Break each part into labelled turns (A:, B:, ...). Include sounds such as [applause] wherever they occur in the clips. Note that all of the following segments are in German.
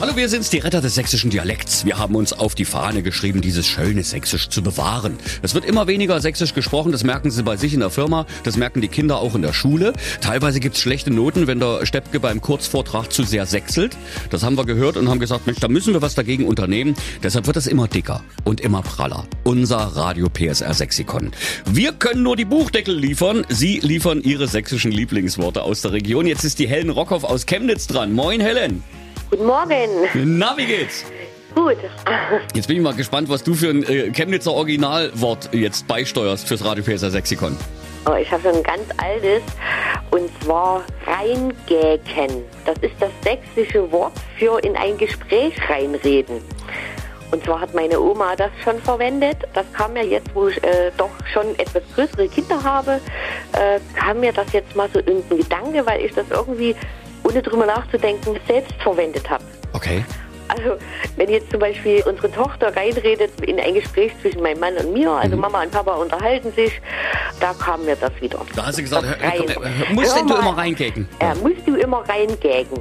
A: Hallo, wir sind's, die Retter des sächsischen Dialekts. Wir haben uns auf die Fahne geschrieben, dieses schöne Sächsisch zu bewahren. Es wird immer weniger Sächsisch gesprochen, das merken sie bei sich in der Firma, das merken die Kinder auch in der Schule. Teilweise gibt's schlechte Noten, wenn der Steppke beim Kurzvortrag zu sehr sächselt. Das haben wir gehört und haben gesagt, Mensch, da müssen wir was dagegen unternehmen. Deshalb wird das immer dicker und immer praller. Unser Radio PSR Sexikon. Wir können nur die Buchdeckel liefern. Sie liefern ihre sächsischen Lieblingsworte aus der Region. Jetzt ist die Helen Rockhoff aus Chemnitz dran. Moin, Helen.
B: Guten Morgen.
A: Na, wie geht's?
B: Gut. [laughs]
A: Jetzt bin ich mal gespannt, was du für ein äh, Chemnitzer Originalwort jetzt beisteuerst fürs Radio PSR Sexikon.
B: Oh, Ich habe schon ein ganz altes und zwar reingäken. Das ist das sächsische Wort für in ein Gespräch reinreden. Und zwar hat meine Oma das schon verwendet. Das kam mir jetzt, wo ich äh, doch schon etwas größere Kinder habe, äh, kam mir das jetzt mal so in den Gedanke, weil ich das irgendwie, ohne drüber nachzudenken, selbst verwendet habe.
A: Okay.
B: Also, wenn jetzt zum Beispiel unsere Tochter reinredet in ein Gespräch zwischen meinem Mann und mir,
A: Mhm.
B: also Mama und Papa unterhalten sich, da kam mir das wieder.
A: Da hast du gesagt,
B: Das
A: hör- komm,
B: rein.
A: äh, musst
B: Hör
A: denn du
B: mal.
A: immer reingägen?
B: Ja, musst du immer reingägen.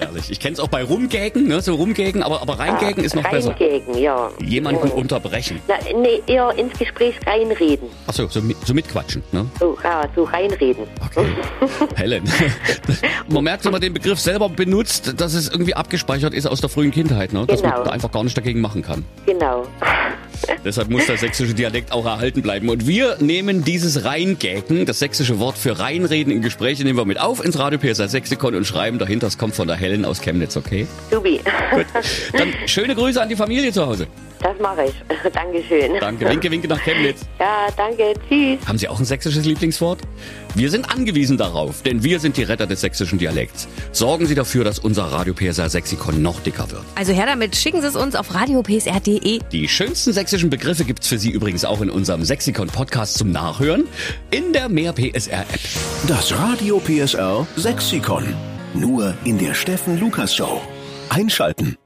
A: Ehrlich, ich kenn's auch bei Rumgägen, ne? So Rumgägen, aber, aber Reingägen ist noch besser.
B: Reingägen, ja.
A: Jemanden
B: Ja.
A: unterbrechen.
B: Na, nee, eher ins Gespräch reinreden.
A: Achso, so, mit- so mitquatschen, ne?
B: So, ja, so reinreden.
A: Okay. [laughs] Helen. man merkt, wenn man den Begriff selber benutzt, dass es irgendwie abgespeichert ist aus der frühen Kindheit, ne? Dass man
B: Genau.
A: da einfach gar nicht dagegen machen kann.
B: Genau. [laughs]
A: Deshalb muss der sächsische Dialekt auch erhalten bleiben. Und wir nehmen dieses Reingäken, das sächsische Wort für reinreden in Gespräche, nehmen wir mit auf ins Radio PSR Sexikon und schreiben dahinter, es kommt von der Helen aus Chemnitz, okay?
B: Subi.
A: Gut. Dann schöne Grüße an die Familie zu Hause.
B: Das mache ich. [laughs] Dankeschön.
A: Danke. Winke, winke nach Chemnitz.
B: Ja, danke. Tschüss.
A: Haben Sie auch ein sächsisches Lieblingswort? Wir sind angewiesen darauf, denn wir sind die Retter des sächsischen Dialekts. Sorgen Sie dafür, dass unser Radio PSR Sexikon noch dicker wird.
C: Also her damit, schicken Sie es uns auf radiopsr.de.
A: Die schönsten sächsischen Begriffe gibt's für Sie übrigens auch in unserem Sexikon Podcast zum Nachhören in der Mehr PSR App.
D: Das Radio PSR Sexikon. Nur in der Steffen Lukas Show. Einschalten.